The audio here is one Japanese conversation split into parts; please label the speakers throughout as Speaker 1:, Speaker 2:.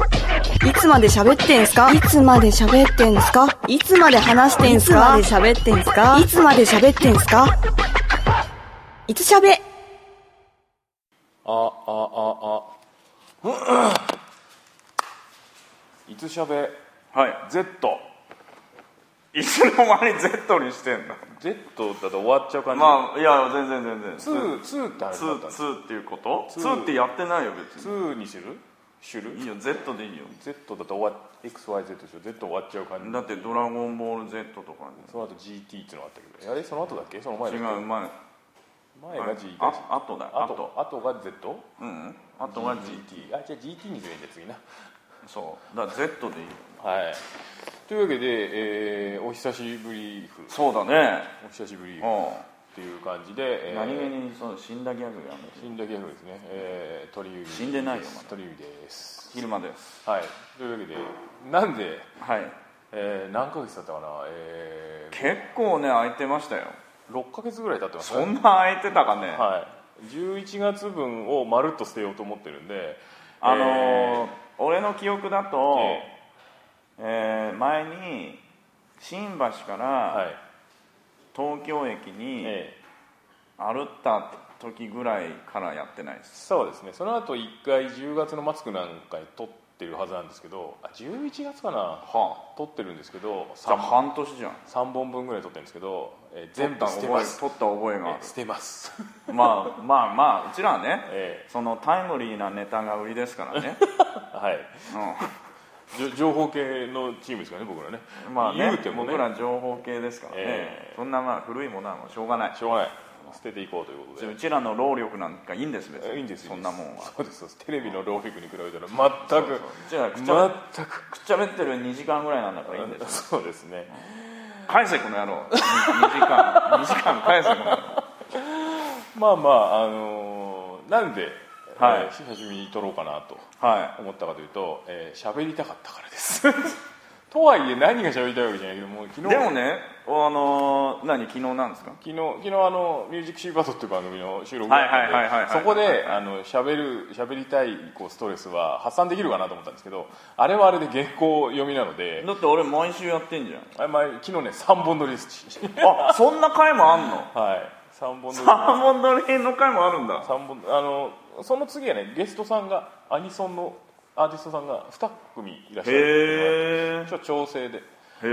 Speaker 1: いつまで喋ってんすかいつまで喋ってんすかいつまで話してんすかいつまで喋ってんすかいつまで喋ってんすかいつ喋
Speaker 2: あああ あいつしゃべ
Speaker 3: はい
Speaker 2: Z
Speaker 3: いつの間に Z にしてんの
Speaker 2: Z だと終わっちゃう感じ、
Speaker 3: まあいや全然全然
Speaker 2: ツーツーってあれ
Speaker 3: ツ
Speaker 2: だっ
Speaker 3: ー
Speaker 2: た
Speaker 3: ツーっていうこと
Speaker 2: ー
Speaker 3: ツーってやってないよ別
Speaker 2: ツ
Speaker 3: に
Speaker 2: ーにするシュル
Speaker 3: いいよ Z でいいよ
Speaker 2: Z だと終わっ XYZ でしょ Z 終わっちゃう感じ
Speaker 3: だって「ドラゴンボール Z」とかに
Speaker 2: その後 GT っていうのがあったけどあれその後だっけその前だ
Speaker 3: 違
Speaker 2: っけ
Speaker 3: う前
Speaker 2: 前が GT
Speaker 3: ああとだあ
Speaker 2: あ
Speaker 3: と
Speaker 2: とあとが Z?
Speaker 3: うんあとが GT
Speaker 2: GT あじゃあ GT にすればいいんだ次な
Speaker 3: そうだから Z でいいよ
Speaker 2: はいというわけで、えーお久しぶりふ
Speaker 3: そうだね
Speaker 2: お久しぶりふ
Speaker 3: う
Speaker 2: っていう感じで、え
Speaker 3: ん
Speaker 2: ー
Speaker 3: 何気にその死んだギャグやめて
Speaker 2: 死んだギャグですね、えー、鳥指
Speaker 3: 死んでないよまだ
Speaker 2: 鳥指です
Speaker 3: 昼間です
Speaker 2: はいというわけでなんで、
Speaker 3: はい
Speaker 2: えー、何ヶ月経ったかなえ
Speaker 3: 結構ね空いてましたよ
Speaker 2: ー、6ヶ月ぐらい経ってます
Speaker 3: そん
Speaker 2: な
Speaker 3: な空いてたかね
Speaker 2: はい11月分をまるっと捨てようと思ってるんで
Speaker 3: あのー
Speaker 2: え
Speaker 3: 俺の記憶だと、
Speaker 2: え
Speaker 3: えー前に新橋か
Speaker 2: ーは
Speaker 3: ら
Speaker 2: い
Speaker 3: 東京駅に
Speaker 2: えー
Speaker 3: 歩った時ぐらいからやってないです、
Speaker 2: そうですねその後一回10月の末くなんかに撮ってるはずなんですけどあ11月かな
Speaker 3: はあ
Speaker 2: 撮ってるんですけど
Speaker 3: じゃあ
Speaker 2: 3,
Speaker 3: 半年じゃん
Speaker 2: 三本分ぐらい撮ってるんですけど、えー全部
Speaker 3: 取
Speaker 2: 捨
Speaker 3: ってた覚
Speaker 2: ま
Speaker 3: え
Speaker 2: す
Speaker 3: 取った覚えがあ
Speaker 2: えー捨てます、
Speaker 3: るまあまあまあうちらはね、
Speaker 2: え
Speaker 3: そのタイムリーなネタが売りですから ね、
Speaker 2: ーはいじょ情報系のチームですからね僕らね
Speaker 3: うん、まあね
Speaker 2: 言うてもね
Speaker 3: 僕ら情報系ですからね、
Speaker 2: ええ
Speaker 3: そんなまあ古いものはもうしょうがない
Speaker 2: しょうがない捨てていこうということで
Speaker 3: うちらの労力なんかいいんです別
Speaker 2: え
Speaker 3: に
Speaker 2: いいんですよ
Speaker 3: そんなもんは
Speaker 2: そうですそうですテレビの労力に比べたら全く
Speaker 3: じゃあくちゃ
Speaker 2: 全く
Speaker 3: くちゃべってる2時間ぐらいなんだからいいんです
Speaker 2: そ
Speaker 3: よ
Speaker 2: うですね
Speaker 3: 返せこの野郎 2, 時間2時間返せこの野郎
Speaker 2: まあまああのーなんで、
Speaker 3: はい
Speaker 2: えー久しぶりに撮ろうかなと
Speaker 3: は
Speaker 2: 思ったかというと喋、えー喋りたかったからです とはいえ何が喋りたいわけじゃないけどもう昨
Speaker 3: い
Speaker 2: 日
Speaker 3: でもねあのー何昨日なんですか
Speaker 2: 昨日昨日あの「ミュージックシーバート」っていう番組の収録
Speaker 3: はい
Speaker 2: があ
Speaker 3: はいはいは
Speaker 2: っ
Speaker 3: いは
Speaker 2: て
Speaker 3: い
Speaker 2: そこであの喋る喋りたいこうストレスは発散できるかなと思ったんですけどあれはあれで原稿読みなので
Speaker 3: だって俺毎週やってんじゃん
Speaker 2: あれ前昨日ね3本撮りです
Speaker 3: あそんな回もあんの
Speaker 2: はい3本撮り
Speaker 3: サーモンドリーの回もあるんだ
Speaker 2: 三本あのその次はねゲストさんがアニソンのアーティストさんが2組いらっしゃる
Speaker 3: へえ
Speaker 2: 一応調整であ
Speaker 3: へ
Speaker 2: の
Speaker 3: え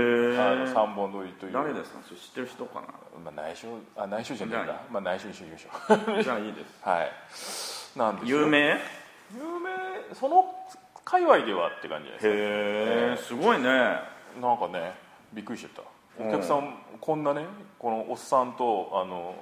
Speaker 2: 3本撮りという
Speaker 3: 誰ですかそれ知ってる人かな
Speaker 2: まあ、内緒あ内緒じゃないん
Speaker 3: じ
Speaker 2: だ、まあ、内緒にしときましょ
Speaker 3: じゃあいいです
Speaker 2: う はいなんですよ
Speaker 3: 有名へ
Speaker 2: 有名その界隈ではって感じじゃないです
Speaker 3: えすごいね
Speaker 2: かなんかねびっくりしちゃったお客さん、こんなねこのおっさんとあの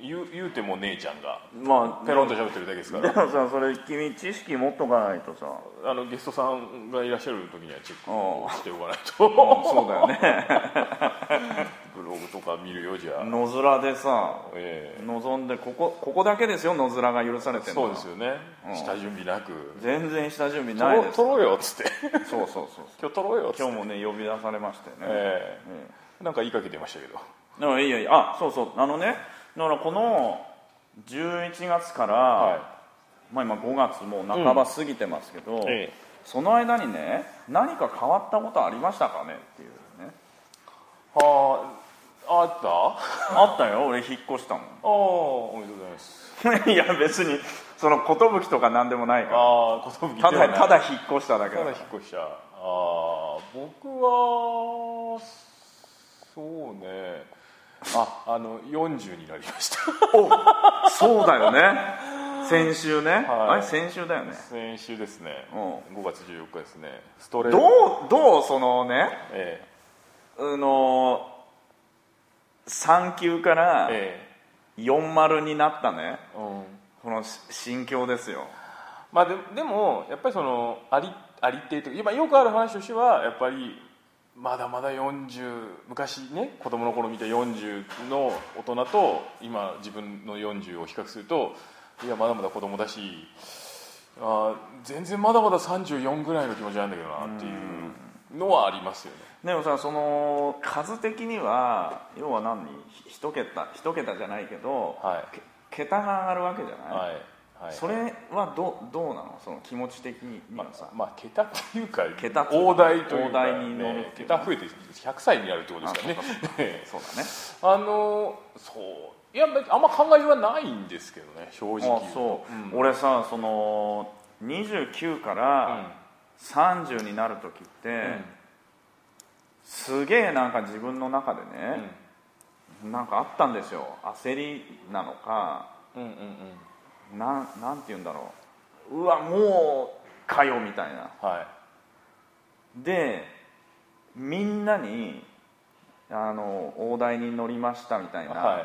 Speaker 2: 言う言うても姉ちゃんが
Speaker 3: まあ
Speaker 2: ペロンと喋ってるだけですか
Speaker 3: で
Speaker 2: ら
Speaker 3: もさそれ君知識持っとかないとさ
Speaker 2: あのゲストさんがいらっしゃる時にはチェック
Speaker 3: お
Speaker 2: を
Speaker 3: う
Speaker 2: しておかないと
Speaker 3: そうだよね
Speaker 2: ブログとか見るよじゃあ、
Speaker 3: 野面でさ
Speaker 2: え
Speaker 3: 望んでここここだけですよ野面が許されて
Speaker 2: え
Speaker 3: る
Speaker 2: そ
Speaker 3: の
Speaker 2: う
Speaker 3: は
Speaker 2: ですよね、
Speaker 3: うん
Speaker 2: 下準備なく
Speaker 3: 全然下準備
Speaker 2: 撮
Speaker 3: ない
Speaker 2: ろ
Speaker 3: で
Speaker 2: う
Speaker 3: す
Speaker 2: 撮ろうよっつって
Speaker 3: そうそうそう
Speaker 2: 今日撮ろうよっつって
Speaker 3: 今日もね呼び出されましたよね、
Speaker 2: ええなんかいいかけてましたけど
Speaker 3: だからいいよいいよあそうそうあのねだからこの11月から、
Speaker 2: は
Speaker 3: まあ、今5月もう半ば過ぎてますけど、
Speaker 2: い、ええ
Speaker 3: その間にね何か変わったことありましたかねっていうね
Speaker 2: はああった
Speaker 3: あったよ俺引っ越したも
Speaker 2: ああおめでとう ございます
Speaker 3: んいや別にその寿とか何でもないか
Speaker 2: ああ寿で
Speaker 3: ら
Speaker 2: は
Speaker 3: た
Speaker 2: な
Speaker 3: だ
Speaker 2: い
Speaker 3: ただ引っ越しただけ
Speaker 2: た
Speaker 3: だ
Speaker 2: だ
Speaker 3: か
Speaker 2: 引っ越しちゃうああ僕はそうねああの40になりました
Speaker 3: らおそうだよね先週ね、
Speaker 2: はい
Speaker 3: あれ先週だよ ね
Speaker 2: 先週ですね
Speaker 3: う
Speaker 2: 5月14日ですねストレー
Speaker 3: ど
Speaker 2: ト
Speaker 3: うどうそのね
Speaker 2: え
Speaker 3: あの3級から
Speaker 2: ええ
Speaker 3: 40になったね
Speaker 2: えうん
Speaker 3: このし心境ですよ
Speaker 2: まあででもやっぱりそのありありってというか今よくある話としてはやっぱりまだまだ40昔ね子供の頃見た40の大人と今自分の40を比較するといやまだまだ子供だしあー全然まだまだ34ぐらいの気持ちなんだけどなっていうのはありますよね
Speaker 3: でもさその数的には要は何ひ一桁一桁じゃないけど、
Speaker 2: はい
Speaker 3: け桁が上がるわけじゃない、
Speaker 2: はいはい
Speaker 3: それはどうどうなのその気持ち的に見るさ、
Speaker 2: まあ桁っていうか
Speaker 3: 桁っていうか
Speaker 2: 大台というか、
Speaker 3: 大台に乗るっていうか
Speaker 2: 桁増えて100歳になるってことです からね
Speaker 3: あそうか
Speaker 2: ええ
Speaker 3: そうだね
Speaker 2: あのそういやあんま考えはないんですけどね正直言
Speaker 3: あそう、俺さその29か
Speaker 2: う
Speaker 3: ら
Speaker 2: ん
Speaker 3: 30になる時って、すげえなんか自分の中でね、なんかあったんですよ焦りなのか
Speaker 2: うんうんうん
Speaker 3: なんなんて言うんだろううわもうかよみたいな
Speaker 2: はい
Speaker 3: でみんなにあの大台に乗りましたみたい
Speaker 2: はい
Speaker 3: な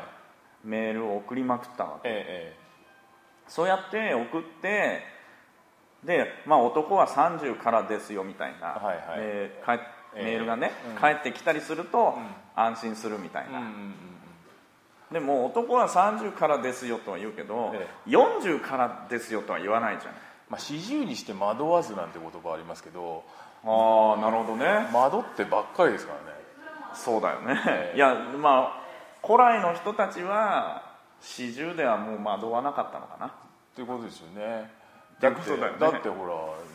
Speaker 3: メールを送りまくったわけ、
Speaker 2: え
Speaker 3: そうやって送ってで、まあ、男は30からですよみたいな、
Speaker 2: はいはい
Speaker 3: でか
Speaker 2: ええ
Speaker 3: メールがね、
Speaker 2: うん
Speaker 3: 返ってきたりすると、安心するみたい
Speaker 2: えええうん
Speaker 3: な、
Speaker 2: うんうん
Speaker 3: でも男は30からですよとは言うけど、
Speaker 2: え
Speaker 3: 40からですよとは言わないじゃない
Speaker 2: まあ四十にして惑わずなんて言葉ありますけど
Speaker 3: ああなるほどね
Speaker 2: 惑ってばっかりですからね
Speaker 3: そうだよね、
Speaker 2: ええ
Speaker 3: いやまあ古来の人たちは40ではもう惑わなかったのかな
Speaker 2: っていうことですよね
Speaker 3: だ
Speaker 2: だ
Speaker 3: っ
Speaker 2: ってて
Speaker 3: そうだよね
Speaker 2: だってほ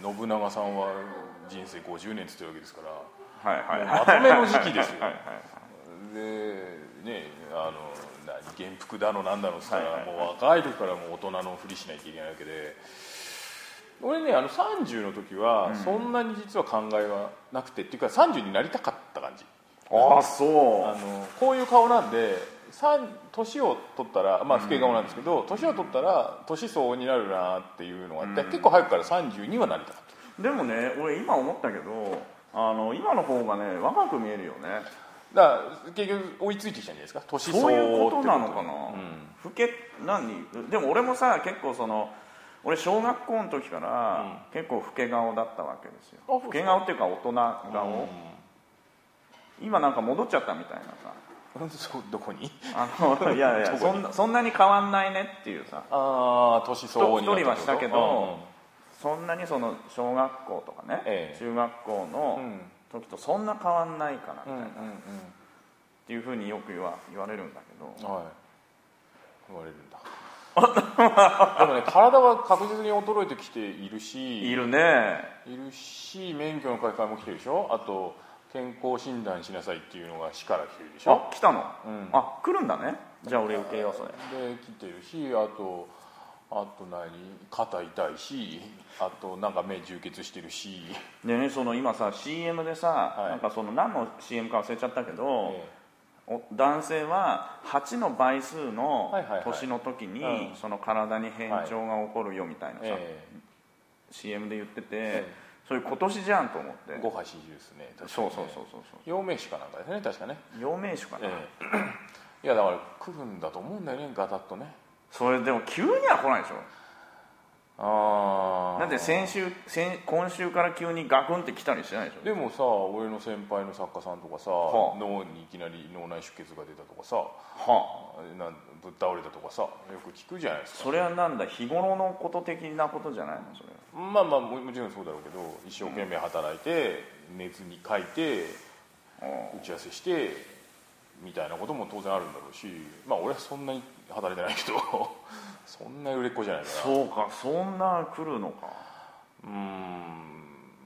Speaker 2: ら信長さんは人生50年っつってるわけですから
Speaker 3: はいはい
Speaker 2: まとめの時期ですよ
Speaker 3: はいはいはい
Speaker 2: でねあの何元服だのなんだのっつったら、
Speaker 3: はいはいはい
Speaker 2: もう若い時からもう大人のふりしなきゃいけないわけで俺ねあの30の時はそんなに実は考えはなくて、っていうか30になりたかった感じ
Speaker 3: ああそう
Speaker 2: あのこういう顔なんでさん年を取ったらまあ老け顔なんですけど年、を取ったら年相応になるなっていうのがあって、結構早くから30にはなりたかった
Speaker 3: でもね俺今思ったけどあの今の方がね若く見えるよね
Speaker 2: だから結局追いついてきたんじゃないですか年相応
Speaker 3: そういうことなのかな
Speaker 2: うん
Speaker 3: 老け何でも俺もさ結構その俺小学校の時から、結構老け顔だったわけですよ
Speaker 2: あそう
Speaker 3: 老け顔っていうか大人顔、今なんか戻っちゃったみたいなさ
Speaker 2: うんそうどこに
Speaker 3: あの いやいや
Speaker 2: どこ
Speaker 3: そ
Speaker 2: に
Speaker 3: んなそんなに変わんないねっていうさ
Speaker 2: ああ年相応にな
Speaker 3: 一人はしたけど
Speaker 2: うん
Speaker 3: そんなにその小学校とかね、
Speaker 2: ええ
Speaker 3: 中学校
Speaker 2: う
Speaker 3: の
Speaker 2: ん
Speaker 3: 時とそんな変わんないからみた
Speaker 2: う
Speaker 3: い
Speaker 2: んうん
Speaker 3: な、っていうふうによく言わ言われるんだけど
Speaker 2: うんはい言われるんだでもね体は確実に衰えてきているし
Speaker 3: いるね
Speaker 2: いるし免許の買い替えも来てるでしょあと健康診断しなさいっていうのが市から来てるでしょ
Speaker 3: あ来たの、
Speaker 2: うん
Speaker 3: あ来るんだねじゃあ俺受けようそれ
Speaker 2: で来てるしあとあと何肩痛いしあとなんか目充血してるし、
Speaker 3: でねその今さ CM でさ、
Speaker 2: はい
Speaker 3: なんかその何の CM か忘れちゃったけど、
Speaker 2: え
Speaker 3: お男性は8の倍数の
Speaker 2: はいはいはい
Speaker 3: 年の時に、
Speaker 2: うん
Speaker 3: その体に変調が起こるよみたいなさ、
Speaker 2: え
Speaker 3: CM で言ってて、
Speaker 2: え
Speaker 3: それ今年じゃんと思って
Speaker 2: え5八十ですね確か
Speaker 3: そ
Speaker 2: に
Speaker 3: う
Speaker 2: ね
Speaker 3: そうそうそうそ
Speaker 2: 陽明酒かなんかですね確かね
Speaker 3: う陽明酒かな、
Speaker 2: ええ、いやだから来るんだと思うんだよねガタッとね
Speaker 3: それでも急には来ないでしょ
Speaker 2: ああ
Speaker 3: だって先週先今週から急にガクンって来たりしてないでしょ
Speaker 2: でもさ俺の先輩の作家さんとかさ、
Speaker 3: はあ
Speaker 2: 脳にいきなり脳内出血が出たとかさ
Speaker 3: はあ
Speaker 2: なんぶっ倒れたとかさよく聞くじゃないですか
Speaker 3: それはなんだ日頃のこと的なことじゃないのそれは
Speaker 2: まあまあももちろんそうだろうけど一生懸命働いて、寝ずに書いて打ち合わせしてみたいなことも当然あるんだろうしまあ俺はそんなに働いてないけど そんな売れっ子じゃないから
Speaker 3: そうかそんな来るのか
Speaker 2: うーん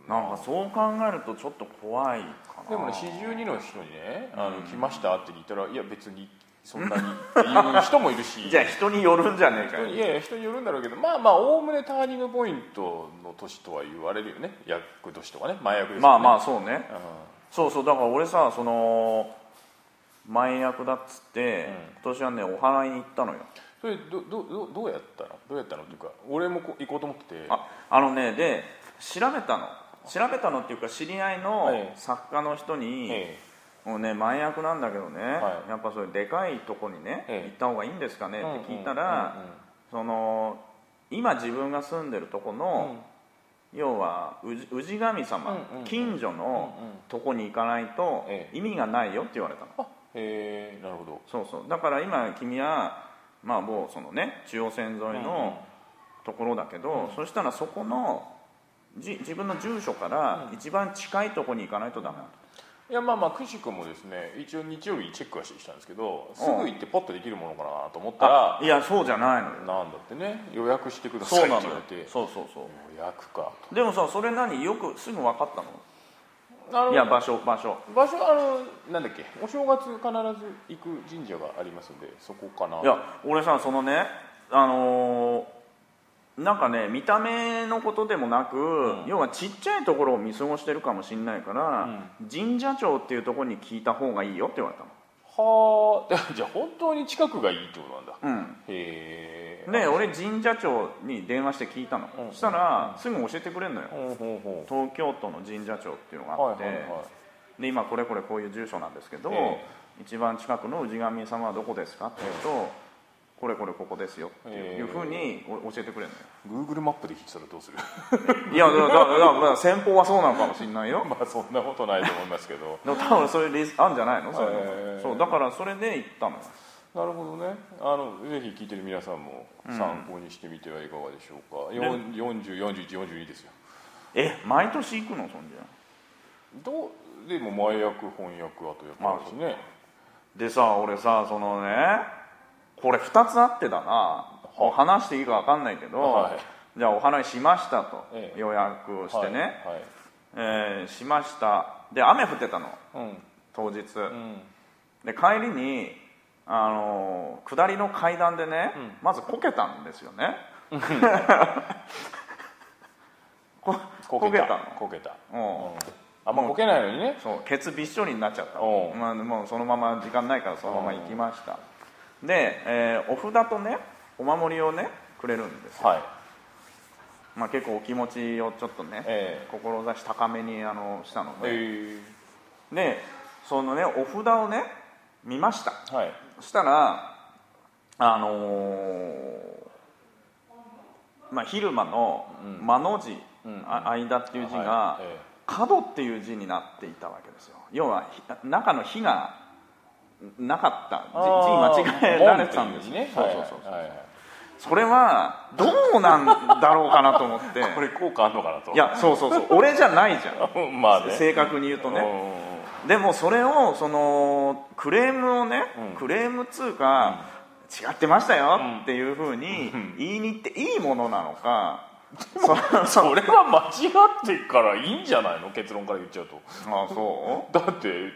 Speaker 3: なんかそう考えるとちょっと怖いかな
Speaker 2: でもね
Speaker 3: し
Speaker 2: 42の人にね「あの
Speaker 3: うん
Speaker 2: 来ました?」って聞いたら「いや別にそんなに」っていう人もいるし
Speaker 3: じゃあ人によるんじゃねえか
Speaker 2: 人にい
Speaker 3: よ
Speaker 2: やいや人によるんだろうけどまあまあおおむねターニングポイントの年とは言われるよね役年とかね前役ですよね
Speaker 3: まあまあそうね
Speaker 2: あ、
Speaker 3: そうそうだから俺さその前役だっつって、今年はねお祓いに行ったのよ
Speaker 2: それどどどどうやったのどうやったのっていうか俺もこう行こうと思ってて
Speaker 3: ああのねで調べたの調べたのっていうか知り合いの
Speaker 2: ええ
Speaker 3: 作家の人に、
Speaker 2: え
Speaker 3: もうね前役なんだけどね、
Speaker 2: はい
Speaker 3: やっぱそれでかいとこにね、
Speaker 2: ええ
Speaker 3: 行った方がいいんですかね
Speaker 2: え
Speaker 3: って聞いたら、その今自分が住んでるとこ
Speaker 2: うんうんうん
Speaker 3: の、要は氏氏神様、
Speaker 2: うんうん
Speaker 3: 近所の
Speaker 2: うんうん
Speaker 3: とこに行かないと
Speaker 2: え
Speaker 3: 意味がないよって言われたの、
Speaker 2: あへえなるほど
Speaker 3: そうそうだから今君はまあもうそのね中央線沿いのところだけど、そしたらそこのじ自分の住所から一番近いとこに行かないとダメなの
Speaker 2: えいやまあまあくしくもですね一応日曜日チェックはしてきたんですけどすぐ行ってパッとできるものかなと思ったら、
Speaker 3: あいやそうじゃないのよ
Speaker 2: なんだってね予約してください
Speaker 3: そ
Speaker 2: っ
Speaker 3: う
Speaker 2: て言
Speaker 3: なの
Speaker 2: わ
Speaker 3: よ
Speaker 2: れて
Speaker 3: そうそうそ
Speaker 2: 予約か
Speaker 3: うでもさそれ何よくすぐ分かったの
Speaker 2: あの
Speaker 3: いや場所場所
Speaker 2: 場所あのなんだっけお正月必ず行く神社がありますんでそこかない
Speaker 3: や俺さそのねあのーなんかね見た目のことでもなく、要はちっちゃいところを見過ごしてるかもしれないから、神社町っていうところに聞いた方がいいよって言われたの
Speaker 2: はあ じゃあ本当に近くがいいってことなんだ、
Speaker 3: うん
Speaker 2: へえ
Speaker 3: で俺神社庁に電話して聞いたの、
Speaker 2: うん
Speaker 3: そしたら、すぐ教えてくれるのよ、
Speaker 2: ほうほうほ
Speaker 3: 東京都の神社庁っていうの
Speaker 2: う
Speaker 3: があ
Speaker 2: は
Speaker 3: っ
Speaker 2: い
Speaker 3: て、
Speaker 2: はいは
Speaker 3: で今これこれこういう住所なんですけど、
Speaker 2: え
Speaker 3: 一番近くの氏神様はどこですかって言うと、これこれここですよって
Speaker 2: ええ
Speaker 3: いうふうにお教えてくれる
Speaker 2: い Google マップで聞いてたらどうする
Speaker 3: のよ、いやだからだからだから先方はそうなのかもしれないよ
Speaker 2: まあそんなことないと思いますけど
Speaker 3: でも多分それリスあんじゃないのそういうの
Speaker 2: ええ
Speaker 3: そうだからそれで行ったのよ
Speaker 2: なるほどねあのぜひ聞いてる皆さんも参考にしてみてはいかがでしょうか、404142ですよ
Speaker 3: え毎年行くのそんじゃ
Speaker 2: どうでも前役翻訳あと役
Speaker 3: まあ
Speaker 2: ですね、
Speaker 3: でさ俺さそのねこれ2つあってだなもう話していいか分かんないけど、
Speaker 2: は
Speaker 3: じゃあお話ししましたと、
Speaker 2: ええ
Speaker 3: 予約をしてね、
Speaker 2: はい、はい
Speaker 3: えーしましたで雨降ってたの当日、
Speaker 2: うん
Speaker 3: で帰りに、あのー下りの階段でね、まずこけたんですよねこ
Speaker 2: こ
Speaker 3: こ
Speaker 2: け
Speaker 3: け
Speaker 2: た
Speaker 3: た
Speaker 2: こけた
Speaker 3: のうん
Speaker 2: あんまこけないのにね
Speaker 3: そうケツびっしょりになっちゃった
Speaker 2: おう
Speaker 3: まあ、もうそのまま時間ないからそのまま行きましたで、えーお札とねお守りをねくれるんですよ、
Speaker 2: はい
Speaker 3: まあ、結構お気持ちをちょっとね、
Speaker 2: え
Speaker 3: 志高めにあのしたの
Speaker 2: え
Speaker 3: で、
Speaker 2: え
Speaker 3: でそのねお札をね見ました
Speaker 2: えはい
Speaker 3: そしたらあのーまあ、昼間の「間」の字、あ間っていう字が、
Speaker 2: はいえ
Speaker 3: 角っていう字になっていたわけですよ要はひ中の「火」がなかった字字
Speaker 2: あー
Speaker 3: 間違えられてたんです
Speaker 2: 門
Speaker 3: よ、
Speaker 2: という字ね
Speaker 3: そうそうそう、
Speaker 2: はいはいはい
Speaker 3: それはどうなんだろうかなと思って
Speaker 2: これ効果あんのかなと
Speaker 3: いやそうそうそう俺じゃないじゃ
Speaker 2: うん まあ
Speaker 3: ん
Speaker 2: ね
Speaker 3: 正確に言うとねでもそれをそのクレームをね、
Speaker 2: うん
Speaker 3: クレームっつうか、違ってましたよ
Speaker 2: うん
Speaker 3: っていうふうに
Speaker 2: ん
Speaker 3: 言いに行っていいものなの か、
Speaker 2: うんそれは間違ってからいいんじゃないの結論から言っちゃうと
Speaker 3: あそ
Speaker 2: だって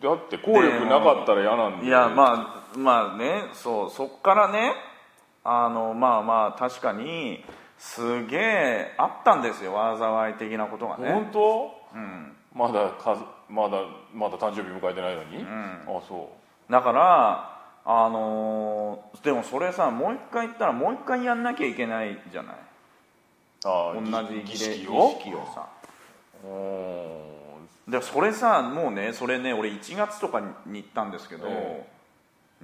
Speaker 2: だって効力なかったら嫌なんで
Speaker 3: いや
Speaker 2: あ
Speaker 3: まあまあねそうそっからねあのまあまあ確かにすげえあったんですよ災い的なことがね、
Speaker 2: 本当
Speaker 3: うん、
Speaker 2: まだかずまだまだ誕生日迎えてないのに、あそ
Speaker 3: だからあのーでもそれさもう一回言ったらもう一回やんなきゃいけないじゃないう
Speaker 2: あ
Speaker 3: 同じ
Speaker 2: 儀
Speaker 3: 儀
Speaker 2: 儀
Speaker 3: 式
Speaker 2: 式
Speaker 3: を
Speaker 2: を
Speaker 3: 儀式をさ
Speaker 2: うん
Speaker 3: でそれさもうねそれね俺1月とかに行ったんですけど、
Speaker 2: え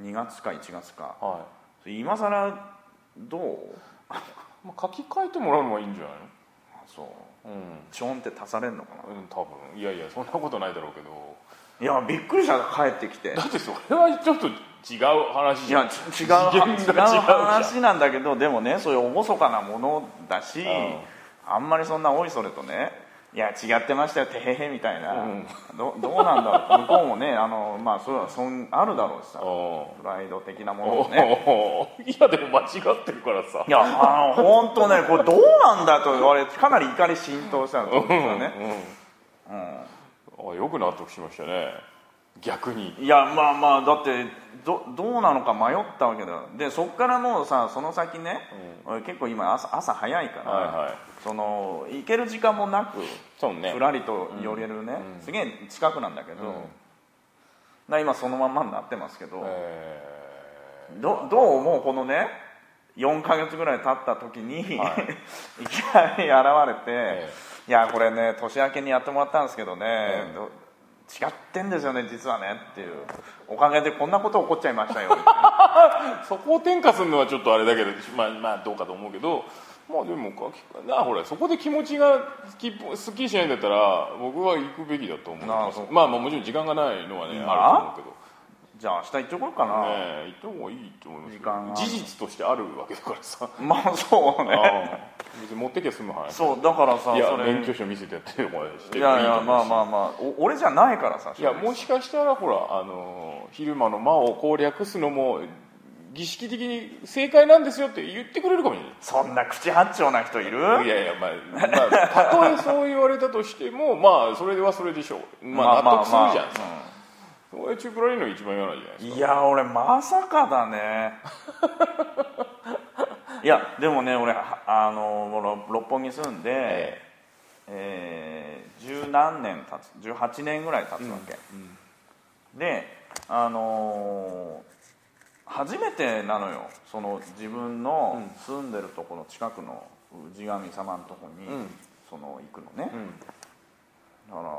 Speaker 3: 2月か1月か
Speaker 2: はい
Speaker 3: 今さらどう
Speaker 2: まあ、書き換えてもらうのはいいんじゃない
Speaker 3: あそう
Speaker 2: の
Speaker 3: ちょんって足されんのか
Speaker 2: うん、うん、多分いやいやそんなことないだろうけど
Speaker 3: ないやびっくりした帰ってき て
Speaker 2: だってそれはちょっと違う話
Speaker 3: い
Speaker 2: じゃん
Speaker 3: やち違う
Speaker 2: 次元が違う
Speaker 3: 違
Speaker 2: じ
Speaker 3: う
Speaker 2: ゃん
Speaker 3: 話なんだけどでもねそういう厳かなものだしあんまりそんなおいそれとねいや違ってましたよてへへみたいな、
Speaker 2: うん
Speaker 3: どどうなんだろう向こうもねあのまあそれはそんあるだろうしさ
Speaker 2: お
Speaker 3: プライド的なも
Speaker 2: う
Speaker 3: の
Speaker 2: お
Speaker 3: もね
Speaker 2: う いやでも間違ってるからさ
Speaker 3: いやあの本当ねこれどうなんだと言われてかなり怒り浸透したんですよね、
Speaker 2: あよく納得しましたね逆に
Speaker 3: いやまあまあだってどどうなのか迷ったわけだよでそっからもうさその先ね、俺結構今朝朝早いから、
Speaker 2: はいはい
Speaker 3: その行ける時間もなく
Speaker 2: そうね
Speaker 3: ふらりと寄れるね、すげえ近くなんだけど、
Speaker 2: うん
Speaker 3: な今そのまんまになってますけど、
Speaker 2: え
Speaker 3: どどうもうこのね4ヶ月ぐらい経った時に、、
Speaker 2: はい
Speaker 3: きなり現れて、
Speaker 2: え
Speaker 3: いやこれね年明けにやってもらったんですけどね、ど違ってんですよね実はねっていうおかげでこんなこと起こっちゃいまし たよみたいな
Speaker 2: ーそこを転嫁するのはちょっとあれだけどまあまあどうかと思うけどまあでも書き換えなあほらそこで気持ちがすきすっきりしないんだったら僕は行くべきだと思う
Speaker 3: なあそう
Speaker 2: まあまあもちろん時間がないのはね、
Speaker 3: ま
Speaker 2: あ
Speaker 3: あ
Speaker 2: ると思うけど
Speaker 3: じゃあ明日行っとこうかな、
Speaker 2: ねえ行った方がいいと思いますよ
Speaker 3: 時間が
Speaker 2: 事実としてあるわけだからさ
Speaker 3: まあそうね
Speaker 2: ああ別に持ってきゃ済む話
Speaker 3: そうだからさ
Speaker 2: いや
Speaker 3: それ
Speaker 2: 免許証見せてやってお前して
Speaker 3: い
Speaker 2: いと思
Speaker 3: やいやまあまあ
Speaker 2: うし
Speaker 3: まあお俺じゃないからさ
Speaker 2: いやもしかしたらほらあのー昼間の間を攻略すのも儀式的に正解なんですよって言ってくれるかもしれない
Speaker 3: そんな口八丁な人いる
Speaker 2: いやいや、まあ、まあ、たとえそう言われたとしても、まあ、それはそれでしょう。まあ、納得するじゃん。
Speaker 3: ん
Speaker 2: そういうチュプラリーの一番嫌なんじゃないです
Speaker 3: いや俺まさか だねいやでもね俺はあのもうろ六本木住んで、え
Speaker 2: え
Speaker 3: ー十何年経つ18年ぐらい経つわけ、であのー初めてなのよその自分の住んでるとこの近くの氏神様のとこに、
Speaker 2: うん
Speaker 3: その行くのね、
Speaker 2: か。うん。
Speaker 3: だから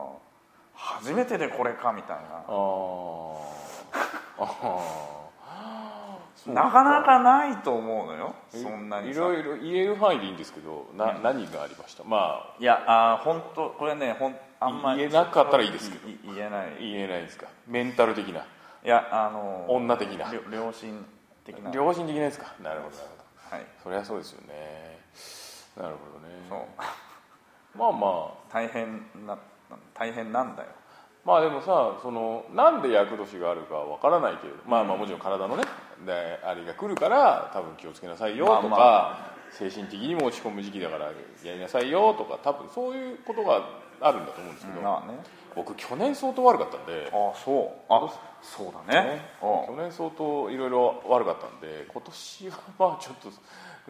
Speaker 3: 初めてでこれかみたいな
Speaker 2: ああ。ああ。
Speaker 3: なかなかないと思うのよ
Speaker 2: そう
Speaker 3: そんなに
Speaker 2: い
Speaker 3: さ
Speaker 2: ろいろ言える範囲でいいんですけど、な、何がありました。ま
Speaker 3: いやあー本当これねほんあんまり
Speaker 2: 言えなかったらいいですけど
Speaker 3: い言えない
Speaker 2: あ、
Speaker 3: い
Speaker 2: 言えないですか。メンタル的な、
Speaker 3: やあのー
Speaker 2: 女的な、
Speaker 3: りょ良心的な
Speaker 2: 良心的なですか。なるほど、なるほど。
Speaker 3: はい
Speaker 2: そりゃそうですよね。なるほどね。
Speaker 3: そう
Speaker 2: まあまあ。
Speaker 3: 大変な大変なんだよ
Speaker 2: まあでもさそのなんで厄年があるかわからないけれど、まあまあもちろん体のねであれが来るから多分気をつけなさいよとか、
Speaker 3: まあ
Speaker 2: 精神的にも落ち込む時期だからやりなさいよとか多分そういうことがあるんだと思うんですけど、
Speaker 3: まあね
Speaker 2: 僕去年相当悪かったんで、
Speaker 3: あそうあそうだね
Speaker 2: ね去
Speaker 3: う
Speaker 2: 年相当いろいろ悪かったんで今年はまあちょっと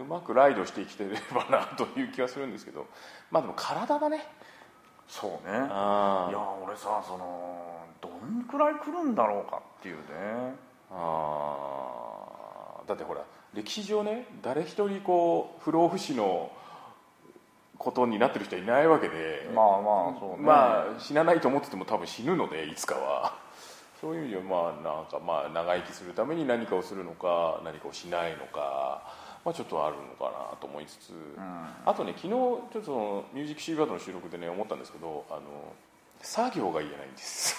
Speaker 2: うまくライドしてきてればなという気がするんですけどまあでも体だね
Speaker 3: んそうね
Speaker 2: あ
Speaker 3: いや俺さそのどんくらい来るんだろうかっていうね
Speaker 2: あーだってほら歴史上ね誰一人こう不老不死のことになってる人はいないわけで、
Speaker 3: まあまあそうね
Speaker 2: まあ死なないと思ってても多分死ぬのでいつかはそういう意味ではまあなんかまあ長生きするために何かをするのか何かをしないのか、まあ、ちょっとあるのかなと思いつつ、あとね昨日ちょっとその「ミュージックシーバード」の収録でね思ったんですけどあの作業が言えないんです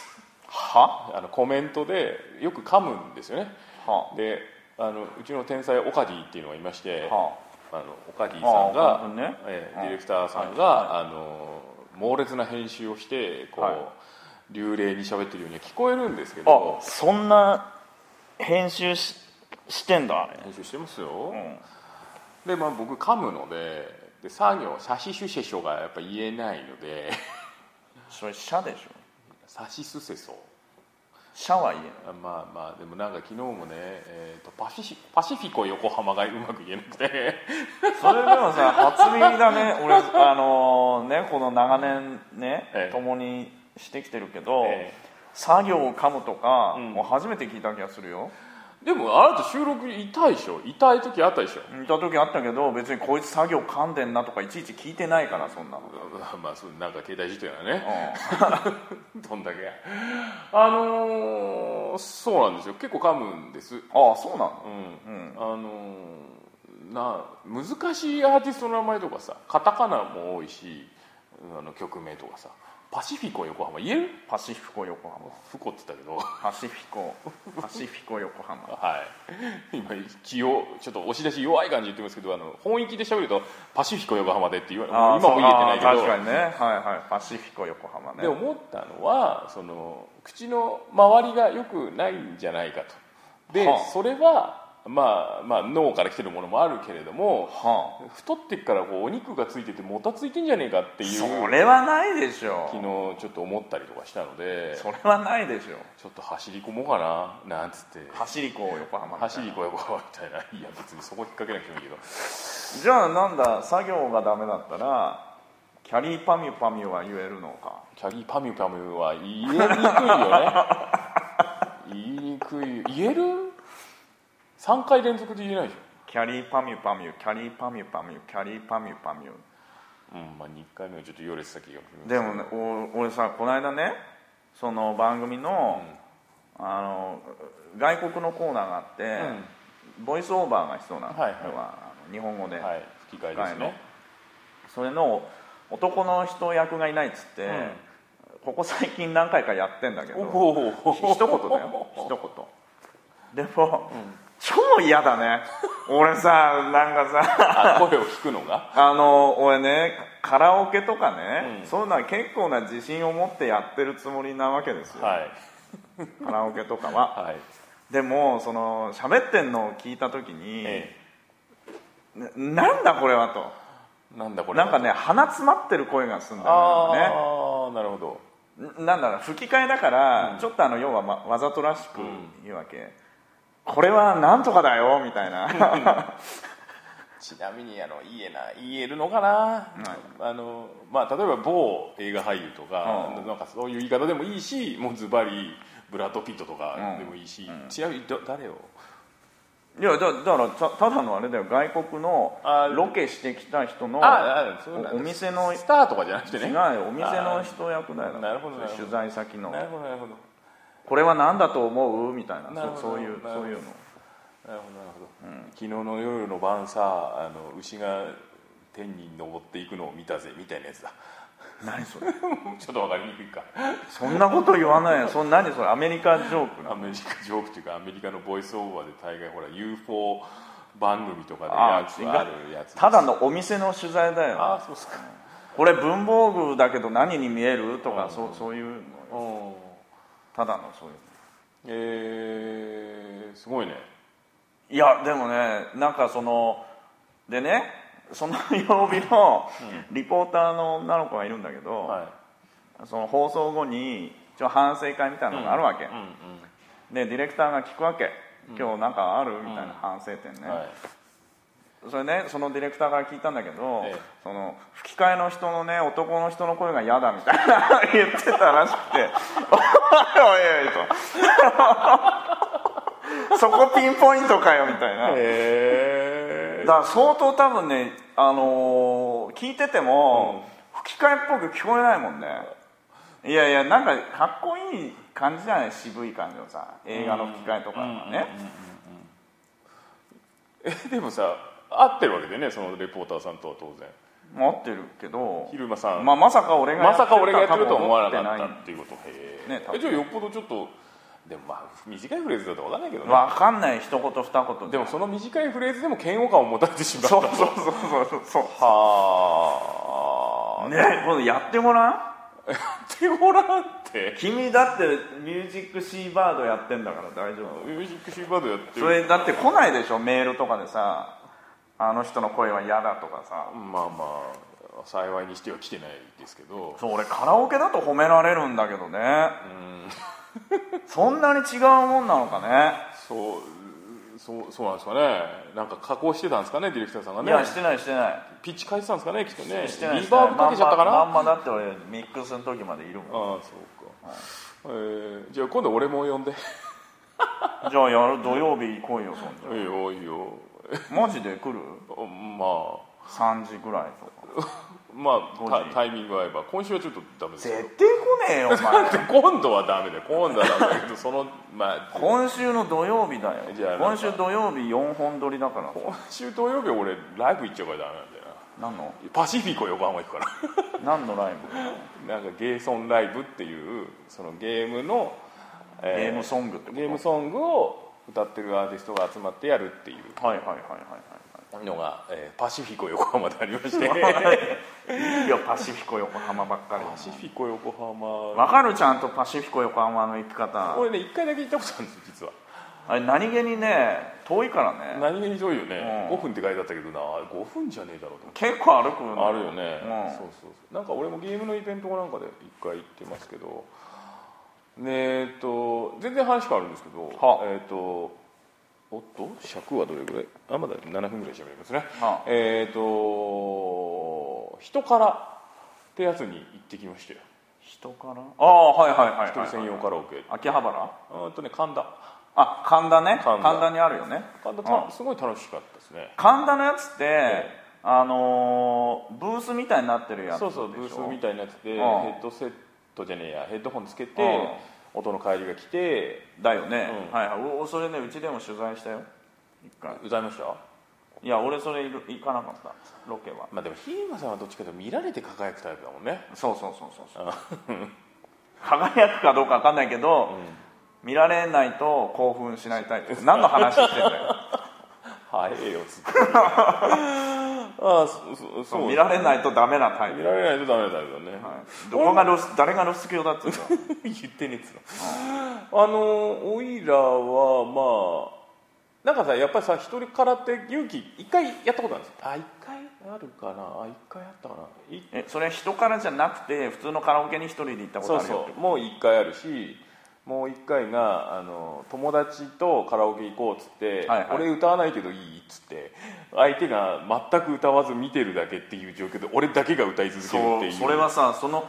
Speaker 3: は
Speaker 2: あのコメントでよく噛むんですよね
Speaker 3: は
Speaker 2: であのうちの天才オカディっていうのがいまして、
Speaker 3: は
Speaker 2: あのオカディ
Speaker 3: あ
Speaker 2: さん
Speaker 3: あ
Speaker 2: が、
Speaker 3: ーね
Speaker 2: ええ
Speaker 3: うん
Speaker 2: ディレクターさんが、あの猛烈な編集をしてこう、
Speaker 3: はい
Speaker 2: 流麗に喋ってるようには聞こえるんですけ
Speaker 3: あ
Speaker 2: ど
Speaker 3: そんな編集ししてんだあれ
Speaker 2: 編集してますよ、
Speaker 3: うん
Speaker 2: で、まあ、僕噛むのでで作業差し出世書がやっぱ言えないので
Speaker 3: それ「社」でしょ
Speaker 2: 差し出世そ
Speaker 3: 「社」は言えない
Speaker 2: あまあまあでもなんか昨日もね、えーとパシフィパシフィコ横浜がうまく言えなく て
Speaker 3: それでもさ初耳だ ね俺あのーねこの長年ね、
Speaker 2: ええ
Speaker 3: 共にしてきてるけど、
Speaker 2: ええ
Speaker 3: 作業を噛むとか、
Speaker 2: ん
Speaker 3: もう初めて聞いた気がするよ
Speaker 2: でもあなた収録痛いでしょ痛い時あったでしょ
Speaker 3: いた時あったけど別にこいつ作業噛んでんなとかいちいち聞いてないからそんなの、
Speaker 2: まあまあそうなんか携帯事態だね
Speaker 3: う
Speaker 2: どんだけあのーそうなんですよ結構噛むんですうん
Speaker 3: ん、ああそうなの
Speaker 2: あのーな難しいアーティストの名前とかさカタカナも多いしうんあの曲名とかさパシフィコ横浜言える
Speaker 3: パシフィコ横浜
Speaker 2: フコって言ったけど
Speaker 3: パシフィコパシフィコ横浜
Speaker 2: はい今気をちょっと押し出し弱い感じで言ってますけどあの本域で喋るとパシフィコ横浜でって言われ今も言えてないけど
Speaker 3: あー確かにねはいはいパシフィコ横浜ね
Speaker 2: で思ったのはその口の周りが良くないんじゃないかとで、
Speaker 3: はあ
Speaker 2: それは、まあ、まあ脳から来てるものもあるけれども
Speaker 3: はあ
Speaker 2: 太ってっからこうお肉がついててもたついてんじゃねえかっていう
Speaker 3: そ
Speaker 2: 昨
Speaker 3: れはないでしょ
Speaker 2: 日ちょっと思ったりとかしたので
Speaker 3: それはないでしょ
Speaker 2: ちょっと走り込もうかななんつって
Speaker 3: 走り子横浜みたいな
Speaker 2: 走りこよこうみたいないや別にそこ引っ掛けなくてもいいけど
Speaker 3: じゃあなんだ作業がダメだったらキャリーパミュパミュは言えるのか
Speaker 2: キャリーパミュパミュは言えにくいよね言いにくい言える3回連続で言えないでしょ
Speaker 3: キャリーパミュパミュキャリーパミュパミュキャリーパミュパミュ
Speaker 2: うんまあ、2回目はちょっと行列先が
Speaker 3: でもねお俺さこの間ねその番組の,、あの外国のコーナーがあって、ボイスオーバーが必要なの、
Speaker 2: はいはい
Speaker 3: 要はあの日本語で、
Speaker 2: はい吹き替えですね
Speaker 3: それの男の人役がいないっつって、ここ最近何回かやってんだけど
Speaker 2: おお
Speaker 3: ひ一言だ よ一言でも、超嫌だね俺さなんかさ
Speaker 2: あ 声を聞くのが
Speaker 3: あの俺ねカラオケとかね、そういうのは結構な自信を持ってやってるつもりなわけですよ、
Speaker 2: はい
Speaker 3: カラオケとかは
Speaker 2: はい
Speaker 3: でもその喋ってんのを聞いた時に、
Speaker 2: え
Speaker 3: ななんだこれはと
Speaker 2: えなんだこれ
Speaker 3: なんかね鼻詰まってる声がするんだよね
Speaker 2: ああなるほど
Speaker 3: んなんだろう吹き替えだから、ちょっとあの要は、ま、わざとらしく言うわけ、これはなんとかだよみたいな
Speaker 2: ちなみにあの言えな言えるのかな、あのまあ、例えば某映画俳優とか,、
Speaker 3: うん
Speaker 2: なんかそういう言い方でもいいしもうズバリブラッド・ピットとかでもいいし、ちなみにど誰を
Speaker 3: いやだだからたただのあれだよ外国の
Speaker 2: あ
Speaker 3: ロケしてきた人の
Speaker 2: ああそうなん
Speaker 3: お
Speaker 2: で
Speaker 3: お
Speaker 2: す
Speaker 3: 店の違
Speaker 2: スターとかじゃなくてね
Speaker 3: う
Speaker 2: な
Speaker 3: お店の人役だよ
Speaker 2: なるほどなるほど
Speaker 3: 取材先の
Speaker 2: るほどなるほど
Speaker 3: これは何だと思うみたいな
Speaker 2: なるほど
Speaker 3: そうそういう
Speaker 2: なるほど
Speaker 3: そういう
Speaker 2: なる
Speaker 3: の
Speaker 2: ほどなるほど、昨日の夜の晩さあの牛が天に登っていくのを見たぜみたいなやつだ
Speaker 3: 何それ
Speaker 2: ちょっとわかりにくいか
Speaker 3: そんなこと言 わないよそん何それアメリカジョークな
Speaker 2: アメリカジョークというかアメリカのボイスオーバーで大概ほら UFO 番組とかで
Speaker 3: あ
Speaker 2: やつあるやつ
Speaker 3: ただのお店の取材だよ
Speaker 2: ああそうっすか
Speaker 3: これ文房具だけど何に見えるとかそうそういうのよ
Speaker 2: うん
Speaker 3: ただのそういう
Speaker 2: えー、すごいね
Speaker 3: のいやでもねなんかそのでねその曜日のリポーターの女の子がいるんだけど、
Speaker 2: は
Speaker 3: その放送後に一応反省会みたいなのがあるわけ、
Speaker 2: いうん
Speaker 3: でディレクターが聞くわけ今日なんかあるみたいな反省点ね、
Speaker 2: うんはい
Speaker 3: それねそのディレクターから聞いたんだけど、
Speaker 2: ええ
Speaker 3: その吹き替えの人のね男の人の声が嫌だみたいな 言ってたらしくて「おいおいおい」と そこピンポイントかよみたいな、
Speaker 2: へえ
Speaker 3: だから相当多分ね、あのー聞いてても、吹き替えっぽく聞こえないもんねいやいやなんかかっこいい感じじゃない渋い感じのさ映画の吹き替えとかはね、
Speaker 2: えでもさ合ってるわけでねそのレポーターさんとは当然
Speaker 3: 持ってるけど、
Speaker 2: 昼間さん、
Speaker 3: まあ、まさか俺が
Speaker 2: まさか俺がやってるとは
Speaker 3: は
Speaker 2: 思わなか
Speaker 3: 分
Speaker 2: っ
Speaker 3: 思
Speaker 2: たっていうことへえ、
Speaker 3: ね多分
Speaker 2: えじゃあよっぽどちょっとでもまあ短いフレーズだとわかんないけどね
Speaker 3: わかんない一言二言
Speaker 2: でもその短いフレーズでも嫌悪感を持たれてしまった
Speaker 3: そうそうそうそうそう
Speaker 2: はあ、
Speaker 3: ねこれやってもらう
Speaker 2: 手ごらんって
Speaker 3: 君だってミュージックシーバードやってんだから大丈夫
Speaker 2: ミュージックシーバードやって
Speaker 3: そ
Speaker 2: る
Speaker 3: れだって来ないでしょメールとかでさあの人の声は嫌だとかさ
Speaker 2: まあまあ幸いにしては来てないですけど
Speaker 3: そう俺カラオケだと褒められるんだけどねそんなに違うもんなのかね
Speaker 2: そうそうそうなんですかねなんか加工してたんですかねディレクターさんが
Speaker 3: い
Speaker 2: ね
Speaker 3: やしてないしてない
Speaker 2: ピッチ変えてたんですかねきっとね
Speaker 3: してない
Speaker 2: リバーブかけちゃったかな、
Speaker 3: まんままんまだって俺ミックスの時までいるも
Speaker 2: あ
Speaker 3: ん
Speaker 2: あそうか、えーじゃあ今度俺も呼んで
Speaker 3: じゃあやる土曜日来いよそん
Speaker 2: いいよいいよ
Speaker 3: じゃマジで来る
Speaker 2: ま
Speaker 3: 3時ぐらいとか
Speaker 2: あま
Speaker 3: 五
Speaker 2: あ
Speaker 3: 時
Speaker 2: タタイミングが合えば今週はちょっとダメですよ
Speaker 3: 絶対来ねえよお前
Speaker 2: 今度はダメだよ今度はダメだけどそのまあ
Speaker 3: 今週の土曜日だよ
Speaker 2: じゃあなんか
Speaker 3: 今週土曜日4本撮りだから
Speaker 2: 今週土曜日は俺ライブ行っちゃうからダメなんだよな
Speaker 3: 何の
Speaker 2: パシフィコ横浜行くか
Speaker 3: 何のライ
Speaker 2: らなんかゲーソンライブっていうそのゲームの、
Speaker 3: ブゲ
Speaker 2: え
Speaker 3: ームソングってこ
Speaker 2: ー
Speaker 3: と
Speaker 2: ゲームソングを歌ってるアーティストが集まってやるっていう
Speaker 3: はいはいはいは
Speaker 2: のが、えーパシフィコ横浜でありまして
Speaker 3: いはいいやパシフィコ横浜ばっかり
Speaker 2: パシフィコ横浜
Speaker 3: わかるちゃんとパシフィコ横浜の行き方
Speaker 2: 俺ね一回だけ行ったことあるんですよ実は
Speaker 3: あれ何気にね遠いからね
Speaker 2: 何気に遠いよね、
Speaker 3: うん
Speaker 2: 5分って書いてあったけどな5分じゃねえだろうと思って
Speaker 3: 結構歩くの
Speaker 2: あるよね、
Speaker 3: うん
Speaker 2: そうそうそうなんか俺もゲームのイベントかなんかで一回行ってますけどねえーっと全然話変わるんですけど
Speaker 3: はあ
Speaker 2: えーっとおっと尺はどれぐらいあまだ7分ぐらい喋りますね、
Speaker 3: はあ
Speaker 2: えーっと人からってやつに行ってきましたよ
Speaker 3: 人からああはいはいはいはい
Speaker 2: 一人専用カラオケ、
Speaker 3: 秋葉原
Speaker 2: うーんとね神田
Speaker 3: あ神田ね
Speaker 2: 神
Speaker 3: 神
Speaker 2: 田
Speaker 3: 田にあるよね
Speaker 2: 神田
Speaker 3: う
Speaker 2: た
Speaker 3: ん
Speaker 2: すごい楽しかったですね
Speaker 3: 神田のやつって、
Speaker 2: え
Speaker 3: あのーブースみたいになってるやつ
Speaker 2: そうそうブースみたいなやつで
Speaker 3: ん
Speaker 2: ヘッドセットじゃねえやヘッドホンつけて音の帰りが来て
Speaker 3: だよね、
Speaker 2: うん
Speaker 3: はいはいおそれねうちでも取材したよ一回
Speaker 2: 歌いました
Speaker 3: いや俺それいる行かなかったロケは
Speaker 2: まあでもヒーマさんはどっちかというと見られて輝くタイプだもんね
Speaker 3: そうそうそうそうそう輝くかどうか分かんないけど、見られないと興奮しないタイプ何の話してんだよ
Speaker 2: 早えよ つってああそそそう
Speaker 3: 見られないとダメなタイプ、
Speaker 2: 見られないとダメだけどね、
Speaker 3: はいどこがロス誰がロス教だ っつうの
Speaker 2: 言ってねえっつうのあのオイラはまあなんかさやっぱりさ一人空手勇気一回やったことあるんですあ一回あるかなあ一回あったかない
Speaker 3: えそれは人からじゃなくて普通のカラオケに一人で行ったこ
Speaker 2: そう
Speaker 3: とあるよって
Speaker 2: そうもう一回あるしもう一回があの友達とカラオケ行こうっつって、
Speaker 3: はいはい
Speaker 2: 俺歌わないけどいいっつって相手が全く歌わず見てるだけっていう状況で俺だけが歌い続けるっていう
Speaker 3: それはさその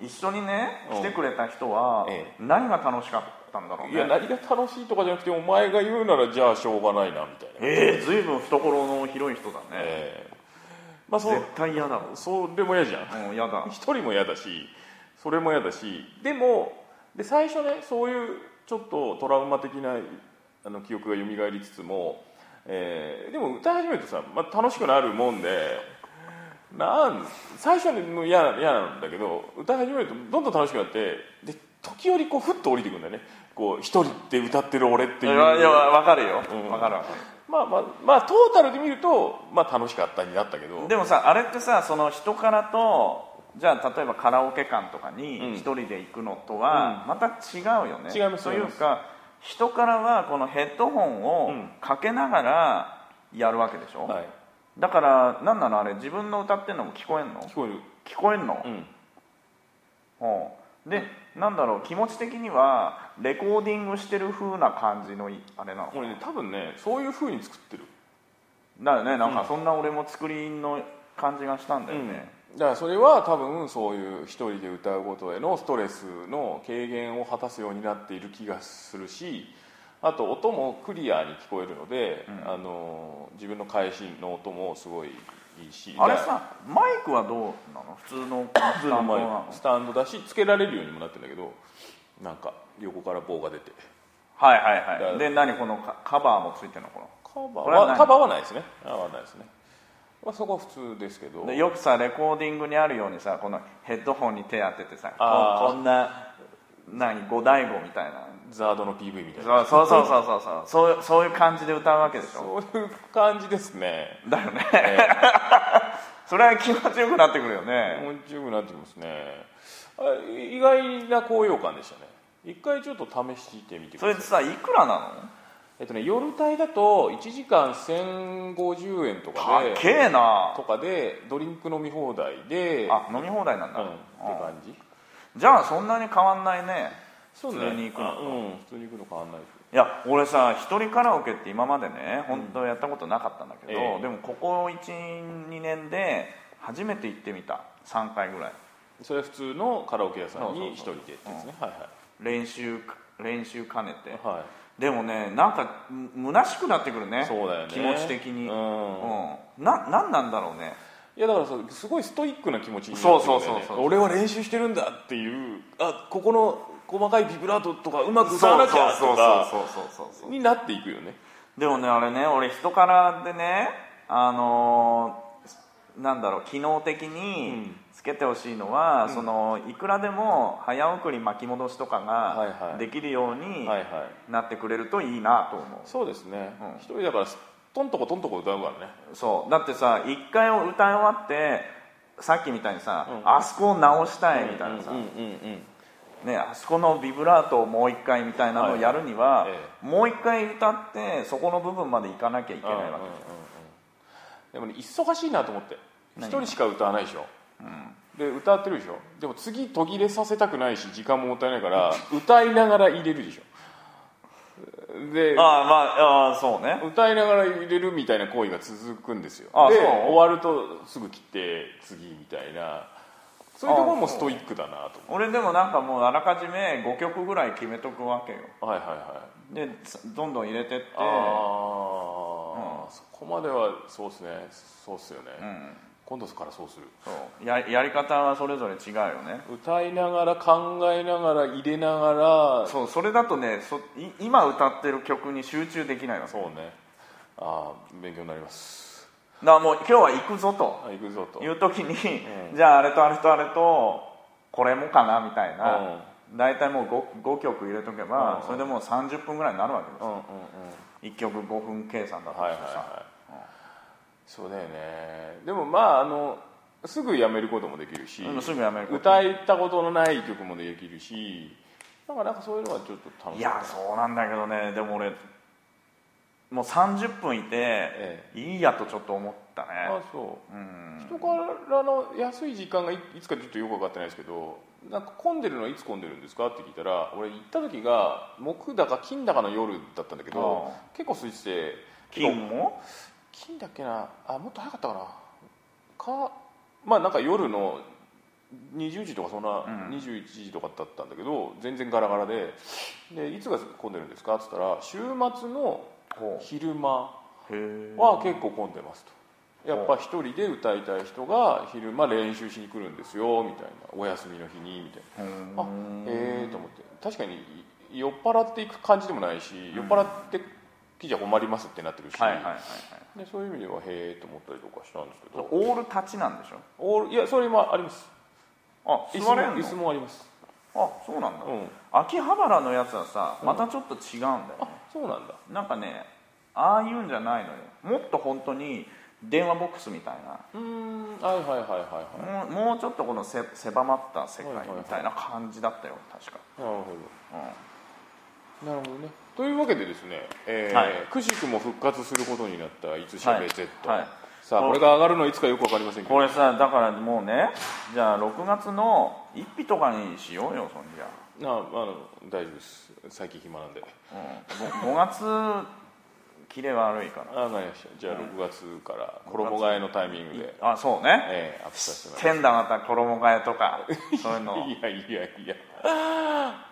Speaker 3: 一緒にね
Speaker 2: うん
Speaker 3: 来てくれた人は、
Speaker 2: え
Speaker 3: 何が楽しかったんだろう
Speaker 2: いや
Speaker 3: ね
Speaker 2: 何が楽しいとかじゃなくてお前が言うならじゃあしょうがないなみたいな
Speaker 3: ええー、随分懐の広い人だね、
Speaker 2: ええまあそう
Speaker 3: 絶対嫌だわ
Speaker 2: それも嫌じゃん
Speaker 3: もう嫌だ
Speaker 2: 一人も嫌だしそれも嫌だしでもで最初ねそういうちょっとトラウマ的なあの記憶が蘇りつつも、えーでも歌い始めるとさ、まあ、楽しくなるもんでなん最初はねもう嫌な嫌なんだけど歌い始めるとどんどん楽しくなってで時折こうふっと降りてくんだよねこう一人で歌ってる俺って
Speaker 3: い
Speaker 2: いう
Speaker 3: やいや分かるよ、
Speaker 2: うん
Speaker 3: 分かるわか
Speaker 2: まあまあまあトータルで見ると、まあ、楽しかったになったけど
Speaker 3: るでもさあれってさその人からとじゃあ例えばカラオケ館とか
Speaker 2: うん
Speaker 3: に一人で行くのとはまた違うよね、
Speaker 2: 違います
Speaker 3: と
Speaker 2: 違い
Speaker 3: いう
Speaker 2: ます
Speaker 3: か人からはこのヘッドホ
Speaker 2: う
Speaker 3: ン
Speaker 2: ん
Speaker 3: をかけながらやるわけでしょ、
Speaker 2: はい、
Speaker 3: だから何なのあれ自分の歌ってんのも聞こえんの
Speaker 2: 聞こえる、
Speaker 3: 聞こえんの、
Speaker 2: うん、
Speaker 3: うんでなんだろう気持ち的にはレコーディングしてる風な感じのいあれなの
Speaker 2: これね多分ねそういうふうに作ってる
Speaker 3: だよねなん
Speaker 2: う
Speaker 3: か
Speaker 2: ん
Speaker 3: そんな俺も作りの感じがしたんだよね、
Speaker 2: だからそれは多分そういう一人で歌うことへのストレスの軽減を果たすようになっている気がするしあと音もクリアに聞こえるので、
Speaker 3: うん
Speaker 2: あの自分の返しの音もすごいいいし
Speaker 3: あれ
Speaker 2: だから
Speaker 3: さマイクはどうなの普通の
Speaker 2: 普
Speaker 3: 普
Speaker 2: 通のマイクスタンドだしつけられるようにもなってるんだけどなんか横から棒が出て
Speaker 3: はい
Speaker 2: だ
Speaker 3: はい
Speaker 2: か
Speaker 3: は
Speaker 2: ら
Speaker 3: いで何このカカバーもついてるのこ
Speaker 2: カバー
Speaker 3: これは
Speaker 2: は
Speaker 3: ない
Speaker 2: カバーはないですねカバーはないですね、まあ、そこは普通ですけど
Speaker 3: のでよくさレコーディングにあるようにさこのヘッドホンに手当ててさ
Speaker 2: あー
Speaker 3: ここんな何五醍醐みたいな
Speaker 2: ザードの PV みたいな
Speaker 3: そうそうそうそうそうそうそうそういう感じで歌うわけでしょ
Speaker 2: そういう感じですね
Speaker 3: だよね、
Speaker 2: ええ
Speaker 3: それは気持ちよくなってくるよね、
Speaker 2: もう十分なってきますねあ意外な高揚感でしたね一回ちょっと試してみて
Speaker 3: そ
Speaker 2: く
Speaker 3: れ
Speaker 2: だ
Speaker 3: って
Speaker 2: さい
Speaker 3: さいくらな
Speaker 2: えっとね夜帯だと1時間1050円と
Speaker 3: の
Speaker 2: か
Speaker 3: か
Speaker 2: で
Speaker 3: っけえな
Speaker 2: とかでドリンク飲み放題で
Speaker 3: あ飲み放題なん
Speaker 2: う
Speaker 3: だ、
Speaker 2: んって
Speaker 3: あ
Speaker 2: 感じ
Speaker 3: じゃあそんなに変わんないね
Speaker 2: そうね
Speaker 3: 普通に行くの
Speaker 2: あうん普通に行くの変わんないです
Speaker 3: いや俺さ一人カラオケって今までね本当やったことなかったんだけど、
Speaker 2: ええ
Speaker 3: でもここ12年で初めて行ってみた3回ぐらい
Speaker 2: それは普通のカラオケ屋さんに一
Speaker 3: そ
Speaker 2: 人
Speaker 3: う
Speaker 2: で
Speaker 3: そうそ
Speaker 2: ってで
Speaker 3: う
Speaker 2: すねはいは
Speaker 3: 練習練習兼ねて
Speaker 2: いは
Speaker 3: でもねなんかむ虚しくなってくるね
Speaker 2: いそうだよね
Speaker 3: 気持ち的に、
Speaker 2: う
Speaker 3: うん
Speaker 2: ん
Speaker 3: ななんなんだろうね
Speaker 2: いやだからさすごいストイックな気持ちになってるんだよね
Speaker 3: そうそうそうそう
Speaker 2: 俺は練習してるんだっていうあここの細かいビブラートとかうまく歌わなきゃとか
Speaker 3: そうそうそうそうそうそう
Speaker 2: になっていくよね
Speaker 3: でもねあれね俺人からでねあのーなんだろう機能的に
Speaker 2: ん
Speaker 3: つけてほしいのは、そのいくらでも早送り巻き戻しとか
Speaker 2: はいは
Speaker 3: が
Speaker 2: い
Speaker 3: できるように
Speaker 2: はいはい
Speaker 3: なってくれるといいなと思う、
Speaker 2: そうですね
Speaker 3: うん
Speaker 2: 一、人だからトントコトントコ歌うからね
Speaker 3: そうだってさ一回を歌い終わってさっきみたいにさ、
Speaker 2: うん
Speaker 3: あそこを直したいみたいなさ、
Speaker 2: うんうんうん
Speaker 3: ね、あそこのビブラートをもう一回みたいなのをやるには、
Speaker 2: はいはいえ
Speaker 3: もう一回歌ってそこの部分まで行かなきゃいけ
Speaker 2: う
Speaker 3: なんい
Speaker 2: うんうん
Speaker 3: わけ、
Speaker 2: でもね忙しいなと思って一
Speaker 3: 何が
Speaker 2: 人しか歌わないでしょ、で歌ってるでしょでも次途切れさせたくないし時間ももったいないから歌いながら入れるでしょで
Speaker 3: ああまあああそうね
Speaker 2: 歌いながら入れるみたいな行為が続くんですよ
Speaker 3: あ
Speaker 2: で
Speaker 3: そう
Speaker 2: 終わるとすぐ切って次みたいなそういうところもストイックだなと
Speaker 3: 俺でもなんかもうあらかじめ5曲ぐらい決めとくわけよ
Speaker 2: はいはいはい
Speaker 3: でさどんどん入れてって
Speaker 2: ああ、そこまではそうですねそうっすよね、
Speaker 3: うん
Speaker 2: 今度からそうする
Speaker 3: そうややり方はそれぞれ違うよね
Speaker 2: 歌いながら考えながら入れながら
Speaker 3: そうそれだとねそい今歌ってる曲に集中できないわけ
Speaker 2: そうねああ勉強になります
Speaker 3: だからもう今日は行くぞと
Speaker 2: あ行くぞと
Speaker 3: いう時に、
Speaker 2: うん
Speaker 3: じゃああれとあれとあれとこれもかなみたいな
Speaker 2: う
Speaker 3: 大体もう 5, 5曲入れとけ
Speaker 2: うんう
Speaker 3: ば
Speaker 2: ん
Speaker 3: それでもう30分ぐらいになるわけです
Speaker 2: うんうんう
Speaker 3: よ
Speaker 2: ん
Speaker 3: 1曲5分計算だと
Speaker 2: はいはい
Speaker 3: してさ
Speaker 2: はい、そうだよねでもまああのすぐやめることもできるし
Speaker 3: うんすぐやめること
Speaker 2: 歌ったことのない曲もできるしなんかなんかそういうのはちょっと楽し
Speaker 3: いやそうなんだけどねでも俺もう30分いて、
Speaker 2: え
Speaker 3: いいやとちょっと思ったね
Speaker 2: あそう
Speaker 3: うん
Speaker 2: 人からの安い時間がいいつかちょっとよく分かってないですけどなんか混んでるのはいつ混んでるんですかって聞いたら俺行った時が木だか金だかの夜だったんだけど
Speaker 3: あ
Speaker 2: 結構空いてて
Speaker 3: 金も
Speaker 2: 金だっけなあもっと早かったかなかまあなんか夜の20時とかそんな、
Speaker 3: うん
Speaker 2: 21時とかだったんだけど全然ガラガラででいつが混んでるんですかって言ったら週末の
Speaker 3: ほ
Speaker 2: 昼間
Speaker 3: うへえ
Speaker 2: は結構混んでますとやっぱ一人で歌いたい人が昼間練習しに来るんですよみたいなお休みの日にみたいなあへえと思って確かにい酔っ払っていく感じでもないし、酔っ払ってきじゃ困りますってなってるし、
Speaker 3: はいはいはいはい
Speaker 2: でそういう意味ではへえと思ったりとかしたんですけど
Speaker 3: オール立ちなんでしょ
Speaker 2: オールいやそれもあります
Speaker 3: あ
Speaker 2: 椅
Speaker 3: 座れん
Speaker 2: 子も
Speaker 3: の
Speaker 2: 椅子もあります
Speaker 3: あそうなんだ、
Speaker 2: うん
Speaker 3: 秋葉原のやつはさまたちょっと違うんだよね、
Speaker 2: あそうなんだ
Speaker 3: なんかねああいうんじゃないのよもっと本当に電話ボックスみたいな
Speaker 2: うーんはいはいはいはいはい
Speaker 3: もうもうちょっとこのせ狭まった世界みたいな感じだったよ確か、
Speaker 2: なるほ
Speaker 3: う
Speaker 2: どなるほどねというわけでですね、えー
Speaker 3: はい
Speaker 2: くしくも復活することになった「いつしゃべ Z」
Speaker 3: はいはい
Speaker 2: さあこれが上がるのいつかよくわかりません
Speaker 3: ん
Speaker 2: けど
Speaker 3: これさだからもうねじゃあ6月の一日とかにしようよそんじゃ、
Speaker 2: ああの大丈夫です最近暇なんで
Speaker 3: うん、5, 月キレ悪いから
Speaker 2: あわかりましたじゃあ6月から衣替えのタイミングで、
Speaker 3: あそうね
Speaker 2: えー、アップさせてもらいます
Speaker 3: 天だまた衣替えとかそういうの
Speaker 2: いやいやいや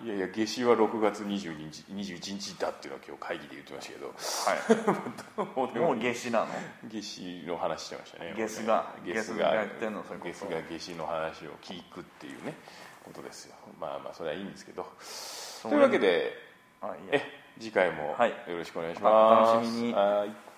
Speaker 2: いやいや夏至は6月22日21日だっていうのは今日会議で言ってましたけど
Speaker 3: は
Speaker 2: も
Speaker 3: い、もう夏至なの
Speaker 2: 夏至の話してましたね
Speaker 3: 夏至が
Speaker 2: 夏至
Speaker 3: 夏至が
Speaker 2: が
Speaker 3: やってんのそういうこと
Speaker 2: 夏至が夏至の話を聞くっていうねことですよまあまあそれはいいんですけどというわけで
Speaker 3: あいいや
Speaker 2: え次回も
Speaker 3: はい
Speaker 2: よろしくお願いし
Speaker 3: お
Speaker 2: ます、
Speaker 3: 楽しみに
Speaker 2: はい